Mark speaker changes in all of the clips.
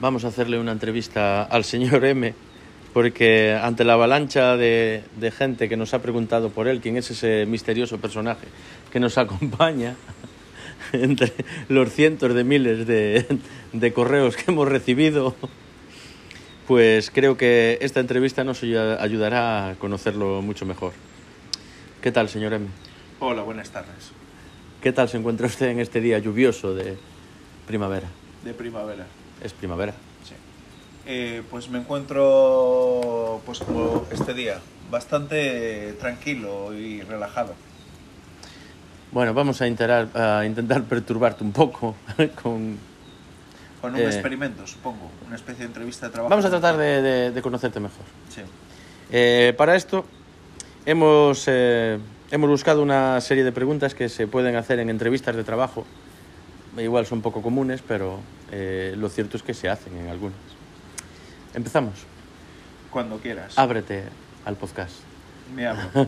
Speaker 1: vamos a hacerle una entrevista al señor M, porque ante la avalancha de, de gente que nos ha preguntado por él, quién es ese misterioso personaje que nos acompaña, entre los cientos de miles de, de correos que hemos recibido, pues creo que esta entrevista nos ayu- ayudará a conocerlo mucho mejor. ¿Qué tal, señor M?
Speaker 2: Hola, buenas tardes.
Speaker 1: ¿Qué tal se encuentra usted en este día lluvioso de primavera?
Speaker 2: De primavera.
Speaker 1: Es primavera.
Speaker 2: Sí. Eh, pues me encuentro, pues como este día, bastante tranquilo y relajado.
Speaker 1: Bueno, vamos a intentar, a intentar perturbarte un poco. con-
Speaker 2: Con un
Speaker 1: Eh.
Speaker 2: experimento, supongo. Una especie de entrevista de trabajo.
Speaker 1: Vamos a tratar de, de- de conocerte mejor.
Speaker 2: Sí.
Speaker 1: Eh, para esto hemos, eh, hemos buscado una serie de preguntas que se pueden hacer en entrevistas de trabajo. Igual son poco comunes, pero eh, lo cierto es que se hacen en algunas. Empezamos.
Speaker 2: Cuando quieras.
Speaker 1: Ábrete al podcast.
Speaker 2: Me hablo.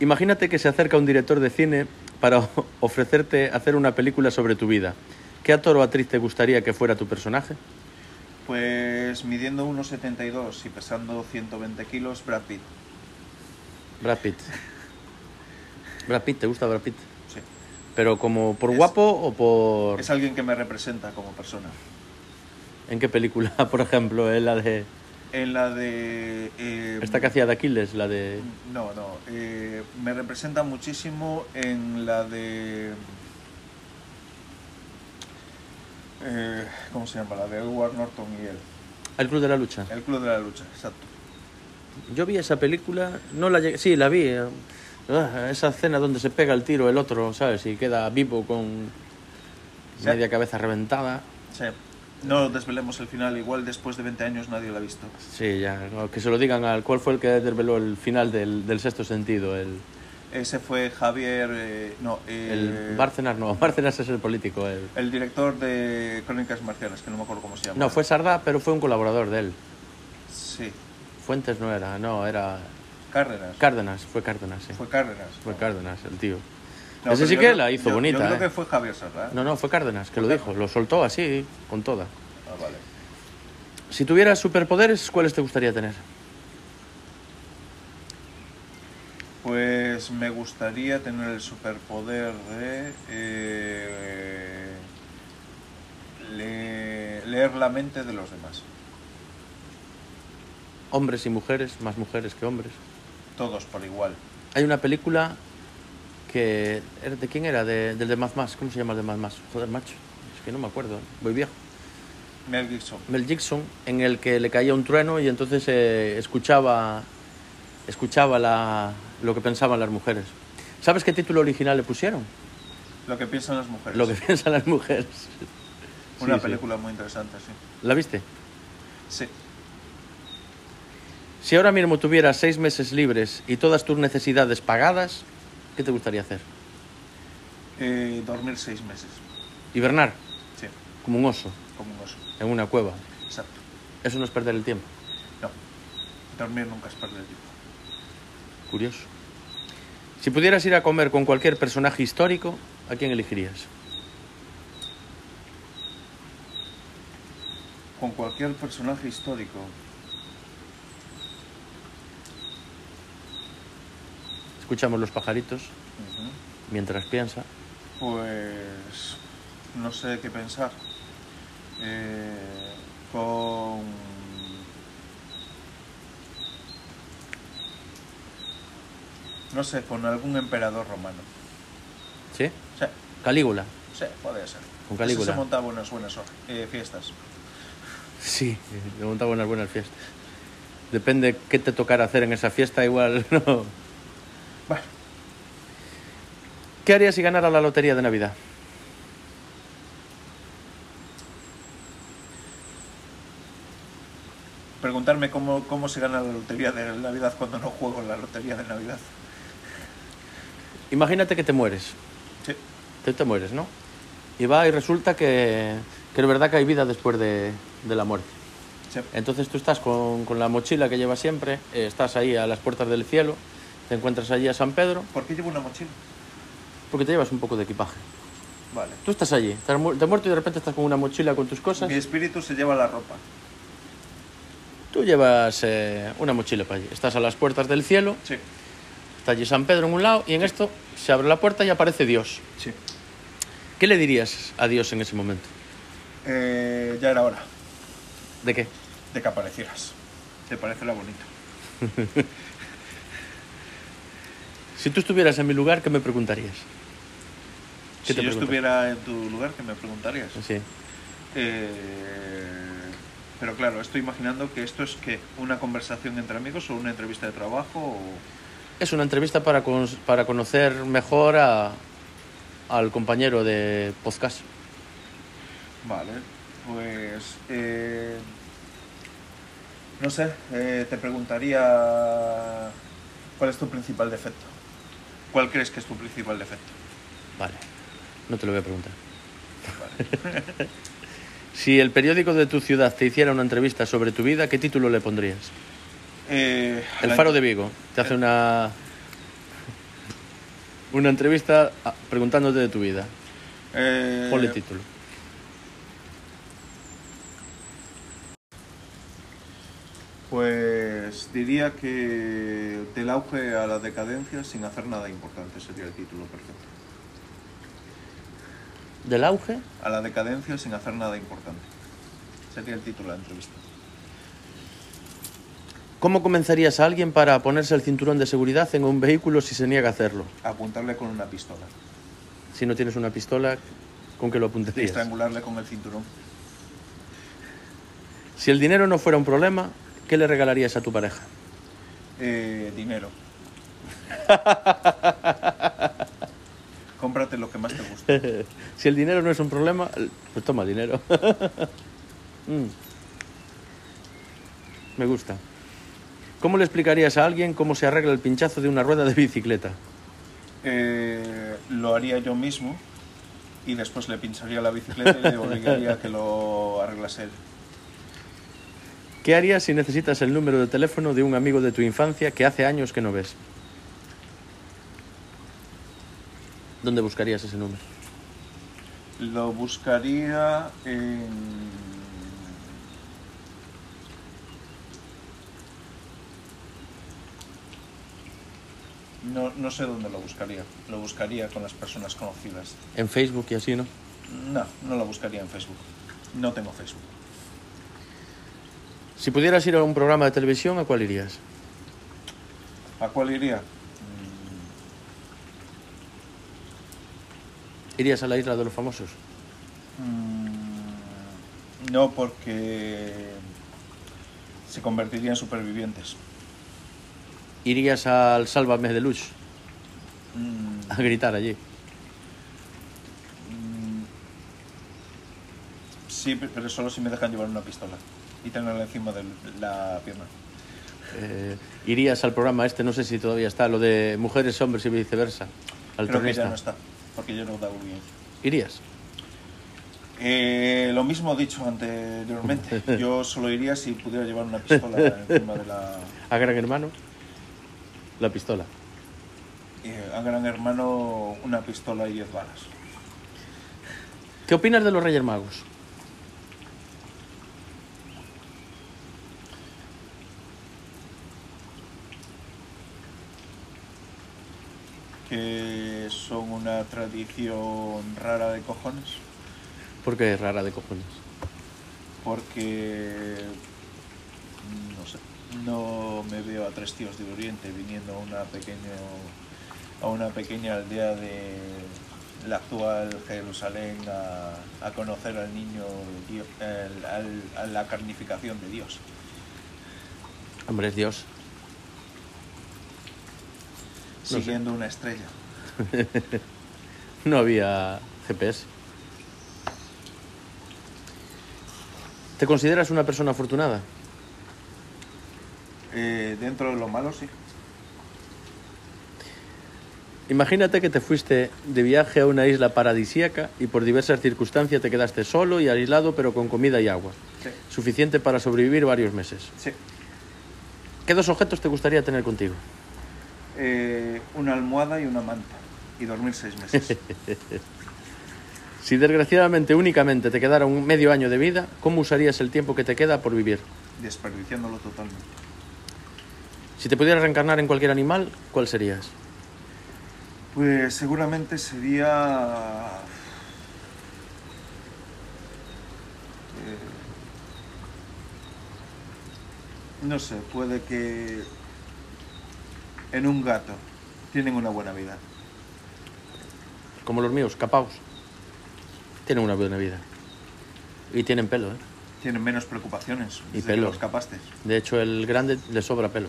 Speaker 1: Imagínate que se acerca un director de cine para o- ofrecerte hacer una película sobre tu vida. ¿Qué actor o actriz te gustaría que fuera tu personaje?
Speaker 2: Pues midiendo 1,72 y pesando 120 kilos, Brad Pitt.
Speaker 1: Brad Pitt. Brad Pitt, ¿te gusta Brad Pitt?
Speaker 2: Sí.
Speaker 1: ¿Pero como por
Speaker 2: Es-
Speaker 1: guapo o por...?
Speaker 2: Es alguien que me representa como persona.
Speaker 1: ¿En qué película, por ejemplo? ¿Es la de...
Speaker 2: En la de... eh,
Speaker 1: Esta que hacía de Aquiles, la de...
Speaker 2: No, no. eh, me representa muchísimo en la de. eh, ¿Cómo se llama? La de Edward Norton y él.
Speaker 1: El Club de la Lucha.
Speaker 2: El Club de la Lucha, exacto.
Speaker 1: Yo vi esa película, no la llegué... Sí, la vi. eh. Ah, Esa escena donde se pega el tiro el otro, ¿sabes? Y queda vivo con
Speaker 2: Sí.
Speaker 1: media cabeza reventada.
Speaker 2: Sí. No desvelemos el final, igual después de 20 años nadie lo ha visto.
Speaker 1: Sí, ya, no, que se lo digan al cuál fue el que desveló el final del, del sexto sentido, el,
Speaker 2: Ese fue Javier. eh, no, eh,
Speaker 1: el Bárcenas no, Bárcenas es el político, el-
Speaker 2: el director de Crónicas Marcianas, que no me acuerdo cómo se llama.
Speaker 1: no, fue Sardá, pero fue un colaborador de él,
Speaker 2: Sí.
Speaker 1: Fuentes no era, no, era
Speaker 2: Cárdenas.
Speaker 1: Cárdenas, fue Cárdenas, sí,
Speaker 2: fue Cárdenas.
Speaker 1: fue
Speaker 2: No.
Speaker 1: Cárdenas, el tío.
Speaker 2: No,
Speaker 1: Ese
Speaker 2: pero
Speaker 1: sí
Speaker 2: yo
Speaker 1: que
Speaker 2: creo-
Speaker 1: la hizo
Speaker 2: yo-
Speaker 1: bonita,
Speaker 2: Yo creo
Speaker 1: eh.
Speaker 2: que fue Javier Serra.
Speaker 1: No, no, fue Cárdenas que lo dijo, lo soltó así, con toda.
Speaker 2: Ah, vale.
Speaker 1: Si tuvieras superpoderes, ¿cuáles te gustaría tener?
Speaker 2: Pues me gustaría tener el superpoder de eh, le- leer la mente de los demás.
Speaker 1: Hombres y mujeres, más mujeres que hombres.
Speaker 2: Todos por igual.
Speaker 1: Hay una película que... era- ¿De quién era? De- del de Mad Max, ¿cómo se llama el de Mad Max? Joder, macho, es que no me acuerdo, voy viejo.
Speaker 2: Mel Gibson.
Speaker 1: Mel Gibson en el que le caía un trueno y entonces eh, escuchaba escuchaba la- lo que pensaban las mujeres. ¿Sabes qué título original le pusieron?
Speaker 2: Lo que piensan las mujeres.
Speaker 1: Lo que piensan las mujeres.
Speaker 2: Una
Speaker 1: Sí, sí.
Speaker 2: película muy interesante, sí.
Speaker 1: ¿La viste?
Speaker 2: Sí.
Speaker 1: Si ahora mismo tuvieras seis meses libres y todas tus necesidades pagadas, ¿qué te gustaría hacer?
Speaker 2: Eh, dormir seis meses.
Speaker 1: Hibernar
Speaker 2: Sí.
Speaker 1: como un oso
Speaker 2: Como un oso.
Speaker 1: en una cueva.
Speaker 2: Exacto.
Speaker 1: Eso no es perder el tiempo.
Speaker 2: No. Dormir nunca es perder el tiempo.
Speaker 1: Curioso. Si pudieras ir a comer con cualquier personaje histórico, ¿a quién elegirías?
Speaker 2: Con cualquier personaje histórico.
Speaker 1: Escuchamos los pajaritos
Speaker 2: Ujú.
Speaker 1: mientras piensa.
Speaker 2: Pues no sé qué pensar. Eh, con no sé, con algún emperador romano.
Speaker 1: ¿Sí?
Speaker 2: Sí,
Speaker 1: Calígula.
Speaker 2: sí, podría ser.
Speaker 1: Con
Speaker 2: Ese
Speaker 1: Calígula.
Speaker 2: se montaba unas buenas hor- eh, fiestas.
Speaker 1: Sí, le montaba unas buenas fiestas. Depende qué te tocara hacer en esa fiesta, igual no.
Speaker 2: Bueno,
Speaker 1: ¿Qué harías si ganara la lotería de Navidad?
Speaker 2: preguntarme cómo, cómo se gana la lotería de Navidad cuando no juego en la lotería de Navidad.
Speaker 1: Imagínate que te mueres.
Speaker 2: Sí,
Speaker 1: Te, te mueres, ¿no? Y va y resulta que, que es verdad que hay vida después de, de la muerte.
Speaker 2: sí.
Speaker 1: Entonces tú estás con, con la mochila que llevas siempre, eh, estás ahí a las puertas del cielo, te encuentras allí a San Pedro,
Speaker 2: ¿Por qué llevo una mochila?
Speaker 1: porque te llevas un poco de equipaje.
Speaker 2: Vale.
Speaker 1: Tú estás allí, estás mu- te has muerto y de repente estás con una mochila con tus cosas.
Speaker 2: Mi espíritu se lleva la ropa.
Speaker 1: Tú llevas eh, una mochila para allí. Estás a las puertas del cielo,
Speaker 2: Sí,
Speaker 1: está allí San Pedro en un lado y en esto se abre la puerta y aparece Dios.
Speaker 2: sí.
Speaker 1: ¿Qué le dirías a Dios en ese momento?
Speaker 2: Eh, ya era hora
Speaker 1: ¿De qué?
Speaker 2: de que aparecieras. Te parece la bonita.
Speaker 1: Si tú estuvieras en mi lugar, ¿qué me preguntarías?
Speaker 2: Si
Speaker 1: ¿Qué te
Speaker 2: yo
Speaker 1: preguntas?
Speaker 2: estuviera en tu lugar, ¿qué me preguntarías?
Speaker 1: Sí.
Speaker 2: Eh, pero claro, estoy imaginando que esto es que una conversación entre amigos o una entrevista de trabajo o...
Speaker 1: Es una entrevista para, cons- para conocer mejor a- al compañero de podcast.
Speaker 2: Vale, pues... eh, no sé, eh, te preguntaría cuál es tu principal defecto. ¿Cuál crees que es tu principal defecto?
Speaker 1: Vale, no te lo voy a preguntar.
Speaker 2: Vale.
Speaker 1: Si el periódico de tu ciudad te hiciera una entrevista sobre tu vida, ¿qué título le pondrías?
Speaker 2: Eh,
Speaker 1: El
Speaker 2: la-
Speaker 1: Faro de Vigo te hace una una entrevista ah, preguntándote de tu vida.
Speaker 2: eh,
Speaker 1: Ponle título.
Speaker 2: Pues diría que del auge a la decadencia sin hacer nada importante sería el título perfecto.
Speaker 1: Del auge,
Speaker 2: A la decadencia sin hacer nada importante. Sería el título de la entrevista.
Speaker 1: ¿cómo convencerías a alguien para ponerse el cinturón de seguridad en un vehículo si se niega a hacerlo?
Speaker 2: Apuntarle con una pistola.
Speaker 1: Si no tienes una pistola, ¿con qué lo apuntarías?
Speaker 2: Estrangularle con el cinturón.
Speaker 1: Si el dinero no fuera un problema, ¿qué le regalarías a tu pareja?
Speaker 2: Eh, dinero. Cómprate lo que más te guste.
Speaker 1: Si el dinero no es un problema, pues toma el dinero. Mm. Me gusta. ¿Cómo le explicarías a alguien cómo se arregla el pinchazo de una rueda de bicicleta?
Speaker 2: Eh, lo haría yo mismo y después le pincharía la bicicleta y le obligaría a que lo arreglase él.
Speaker 1: ¿Qué harías si necesitas el número de teléfono de un amigo de tu infancia que hace años que no ves? ¿Dónde buscarías ese número?
Speaker 2: Lo buscaría en... No, no sé dónde lo buscaría. Lo buscaría con las personas conocidas.
Speaker 1: En Facebook y así, ¿no?
Speaker 2: No, no lo buscaría en Facebook. No tengo Facebook.
Speaker 1: Si pudieras ir a un programa de televisión, ¿a cuál irías?
Speaker 2: ¿A cuál iría?
Speaker 1: ¿Irías a la isla de los famosos?
Speaker 2: Mm, No, porque se convertiría en supervivientes.
Speaker 1: ¿Irías al Sálvame de Luz
Speaker 2: Mm,
Speaker 1: a gritar allí?
Speaker 2: Mm, Sí, pe- pero solo si me dejan llevar una pistola y tenerla encima de la pierna.
Speaker 1: Eh, irías al programa este, no sé si todavía está, lo de mujeres, hombres y viceversa. Al
Speaker 2: Creo que ya
Speaker 1: turnista.
Speaker 2: no está, porque yo no da bien.
Speaker 1: ¿Irías?
Speaker 2: Eh, lo mismo dicho anteriormente, yo solo iría si pudiera llevar una pistola encima de la...
Speaker 1: A Gran Hermano, la pistola.
Speaker 2: eh, a Gran Hermano una pistola y diez balas.
Speaker 1: ¿Qué opinas de los Reyes Magos?
Speaker 2: Que son una tradición rara de cojones.
Speaker 1: Porque es rara de cojones.
Speaker 2: porque mm, no sé, no me veo a tres tíos de Oriente viniendo a una pequeño a una pequeña aldea de la actual Jerusalén a, a conocer al niño Dios, el- al- a la carnificación de Dios.
Speaker 1: Hombre, es Dios. sé.
Speaker 2: Siguiendo una estrella.
Speaker 1: No había GPS. ¿Te consideras una persona afortunada?
Speaker 2: Eh, dentro de lo malo, sí.
Speaker 1: Imagínate que te fuiste de viaje a una isla paradisíaca y por diversas circunstancias te quedaste solo y aislado pero con comida y agua,
Speaker 2: Sí,
Speaker 1: suficiente para sobrevivir varios meses.
Speaker 2: sí.
Speaker 1: ¿Qué dos objetos te gustaría tener contigo?
Speaker 2: Eh, una almohada y una manta. Y dormir seis meses.
Speaker 1: Si desgraciadamente únicamente te quedara un medio año de vida, ¿cómo usarías el tiempo que te queda por vivir?
Speaker 2: desperdiciándolo totalmente.
Speaker 1: Si te pudieras reencarnar en cualquier animal, ¿cuál serías?
Speaker 2: Pues seguramente sería... Eh, No sé, puede que en un gato tienen una buena vida.
Speaker 1: Como los míos, capaos. Tienen una buena vida. Y tienen pelo, ¿eh?
Speaker 2: Tienen menos preocupaciones.
Speaker 1: Y
Speaker 2: desde que
Speaker 1: pelo.
Speaker 2: Los capastes.
Speaker 1: De hecho, el grande le sobra pelo.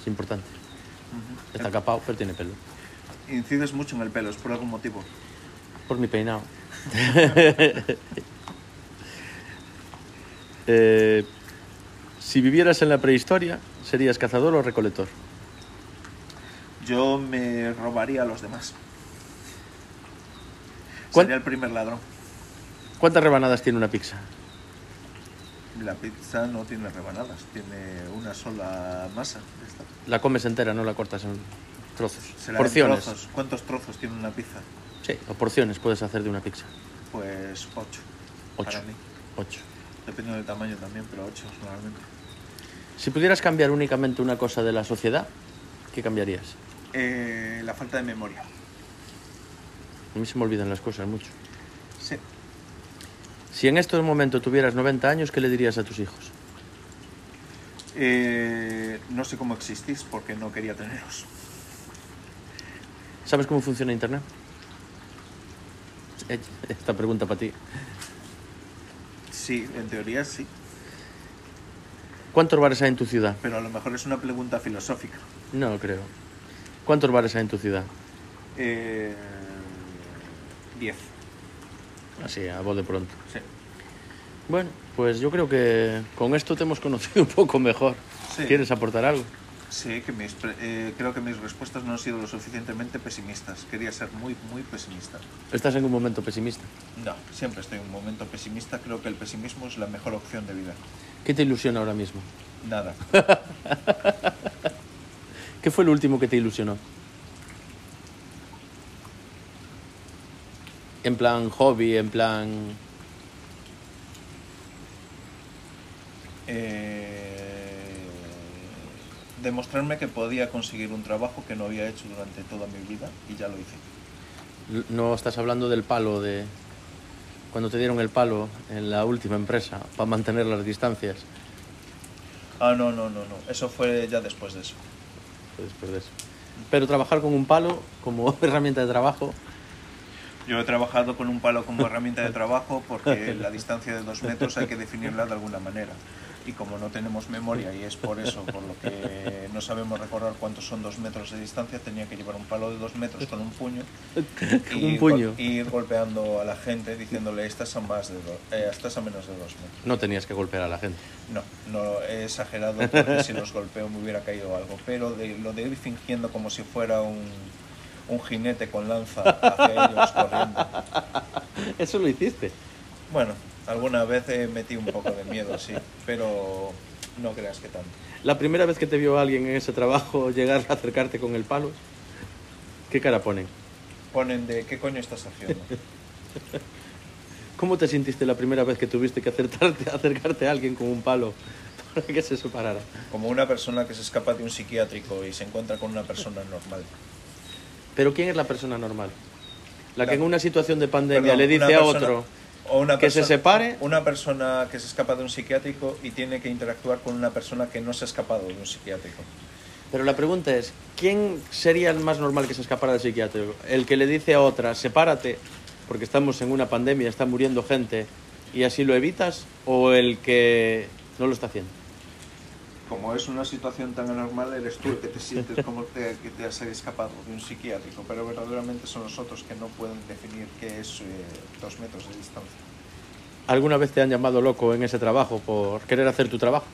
Speaker 1: Es importante. Está capao, pero tiene pelo.
Speaker 2: Incides mucho en el pelo, es por algún motivo.
Speaker 1: Por mi peinado. Eh, si vivieras en la prehistoria, ¿serías cazador o recolector?
Speaker 2: Yo me robaría a los demás.
Speaker 1: ¿Cuál?
Speaker 2: Sería el primer ladrón.
Speaker 1: ¿Cuántas rebanadas tiene una pizza?
Speaker 2: La pizza no tiene rebanadas, tiene una sola masa. ya está.
Speaker 1: La comes entera, no la cortas en trozos.
Speaker 2: Será en
Speaker 1: Porciones.
Speaker 2: trozos. ¿Cuántos trozos tiene una pizza?
Speaker 1: Sí, o porciones puedes hacer de una pizza.
Speaker 2: Pues ocho.
Speaker 1: Ocho.
Speaker 2: Para mí.
Speaker 1: Ocho.
Speaker 2: Dependiendo del tamaño también, pero ocho normalmente.
Speaker 1: Si pudieras cambiar únicamente una cosa de la sociedad, ¿qué cambiarías?
Speaker 2: Eh, la falta de memoria.
Speaker 1: A mí se me olvidan las cosas mucho.
Speaker 2: Sí.
Speaker 1: Si en estos momentos tuvieras 90 años, ¿qué le dirías a tus hijos?
Speaker 2: Eh, no sé cómo existís porque no quería teneros.
Speaker 1: ¿Sabes cómo funciona Internet? Eh, Esta pregunta para ti.
Speaker 2: Sí, en teoría sí.
Speaker 1: ¿Cuántos bares hay en tu ciudad?
Speaker 2: Pero a lo mejor es una pregunta filosófica.
Speaker 1: No lo creo. ¿Cuántos bares hay en tu ciudad?
Speaker 2: Eh, diez.
Speaker 1: Así, a voz de pronto.
Speaker 2: Sí.
Speaker 1: Bueno, pues yo creo que con esto te hemos conocido un poco mejor.
Speaker 2: Sí.
Speaker 1: ¿Quieres aportar algo?
Speaker 2: Sí, que mis pre- eh, creo que mis respuestas no han sido lo suficientemente pesimistas. Quería ser muy, muy pesimista.
Speaker 1: Estás en un momento pesimista.
Speaker 2: No, siempre estoy en un momento pesimista. Creo que el pesimismo es la mejor opción de vida.
Speaker 1: ¿Qué te ilusiona ahora mismo?
Speaker 2: Nada.
Speaker 1: ¿Qué fue lo último que te ilusionó? En plan hobby, en plan...
Speaker 2: Eh, demostrarme que podía conseguir un trabajo que no había hecho durante toda mi vida y ya lo hice.
Speaker 1: No estás hablando del palo de... Cuando te dieron el palo en la última empresa para mantener las distancias.
Speaker 2: Ah, no, no, no, no. Eso fue ya después de eso.
Speaker 1: Puedes perder eso. Pero trabajar con un palo como herramienta de trabajo,
Speaker 2: Yo he trabajado con un palo como herramienta de trabajo porque la distancia de dos metros hay que definirla de alguna manera. Y como no tenemos memoria y es por eso, por lo que no sabemos recordar cuántos son dos metros de distancia, tenía que llevar un palo de dos metros con un puño
Speaker 1: con un
Speaker 2: ir
Speaker 1: puño.
Speaker 2: gol- ir golpeando a la gente diciéndole estás a más de dos, eh, estás a menos de dos metros.
Speaker 1: No tenías que golpear a la gente.
Speaker 2: No, no he exagerado porque si los golpeo me hubiera caído algo, pero de, lo de ir fingiendo como si fuera un, un jinete con lanza hacia ellos corriendo.
Speaker 1: Eso lo hiciste.
Speaker 2: Bueno, alguna vez eh, metí un poco de miedo, sí, pero no creas que tanto.
Speaker 1: La primera vez que te vio alguien en ese trabajo llegar a acercarte con el palo, ¿qué cara ponen?
Speaker 2: Ponen de qué coño estás haciendo.
Speaker 1: ¿Cómo te sintiste la primera vez que tuviste que acertarte- acercarte a alguien con un palo para que se separara?
Speaker 2: Como una persona que se escapa de un psiquiátrico y se encuentra con una persona normal.
Speaker 1: Pero ¿quién es la persona normal? La que
Speaker 2: La-
Speaker 1: en una situación de pandemia
Speaker 2: Perdón,
Speaker 1: le
Speaker 2: una
Speaker 1: dice a
Speaker 2: persona-
Speaker 1: otro,
Speaker 2: o una
Speaker 1: que se
Speaker 2: perso-
Speaker 1: separe.
Speaker 2: Una persona que se escapa de un psiquiátrico y tiene que interactuar con una persona que no se ha escapado de un psiquiátrico.
Speaker 1: pero la pregunta es, ¿quién sería el más normal que se escapara del psiquiátrico? El que le dice a otra, sepárate, porque estamos en una pandemia, está muriendo gente y así lo evitas, o el que no lo está haciendo.
Speaker 2: Como es una situación tan anormal, eres tú el que te sientes como te- que te has escapado de un psiquiátrico, pero verdaderamente son los otros que no pueden definir qué es eh, dos metros de distancia.
Speaker 1: ¿Alguna vez te han llamado loco en ese trabajo por querer hacer tu trabajo?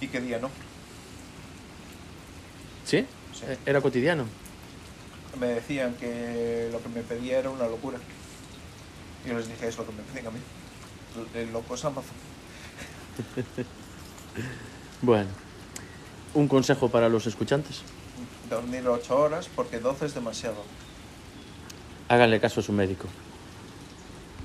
Speaker 2: ¿Y qué día no?
Speaker 1: ¿Sí?
Speaker 2: Sí.
Speaker 1: Eh, Era cotidiano.
Speaker 2: Me decían que lo que me pedía era una locura. Y yo les dije, es lo que me piden a mí. El loco es Amazon.
Speaker 1: Bueno, un consejo para los escuchantes.
Speaker 2: Dormir ocho horas porque 12 es demasiado.
Speaker 1: Háganle caso a su médico.